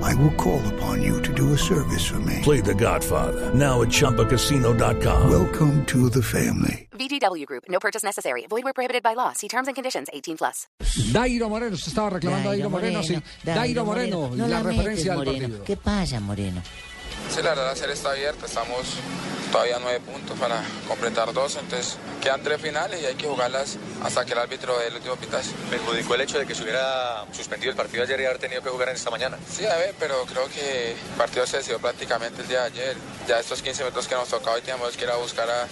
I will call upon you to do a service for me. Play The Godfather now at ChumbaCasino.com. Welcome to the family. VGW Group. No purchase necessary. Void where prohibited by law. See terms and conditions. 18 plus. Dairo Moreno, se estaba reclamando Dairo, Moreno, sí. Dairo Moreno, No la, la metes, referencia del Moreno. partido. ¿Qué pasa, Moreno? Sí, la verdad, la serie está abierta. Estamos todavía a nueve puntos para completar dos. Entonces, quedan tres finales y hay que jugarlas hasta que el árbitro dé el último pitazo. perjudicó el hecho de que se hubiera suspendido el partido ayer y haber tenido que jugar en esta mañana. Sí, a ver, pero creo que el partido se decidió prácticamente el día de ayer. Ya estos 15 minutos que nos tocaba hoy teníamos que ir a buscar a-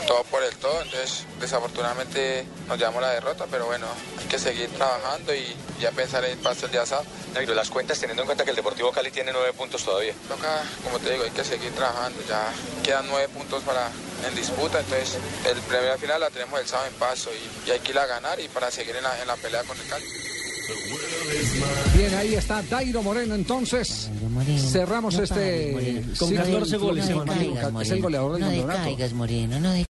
el todo por el todo. Entonces, desafortunadamente nos llevamos la derrota, pero bueno, hay que seguir trabajando y ya pensar en el paso el día sábado. Nairo, las cuentas teniendo en cuenta que el Deportivo Cali tiene nueve puntos todavía. Toca, como te digo, hay que seguir trabajando. Ya quedan nueve puntos para en disputa, entonces el primer final la tenemos el sábado en paso y, y hay que ir a ganar y para seguir en la, en la pelea con el Cali. Bien, ahí está Dairo Moreno, entonces. Dairo Moreno. Cerramos No este pares, Moreno. ciclo. No decaigas, Es el goleador del no campeonato. decaigas, Moreno, no decaigas, Moreno, no decaigas.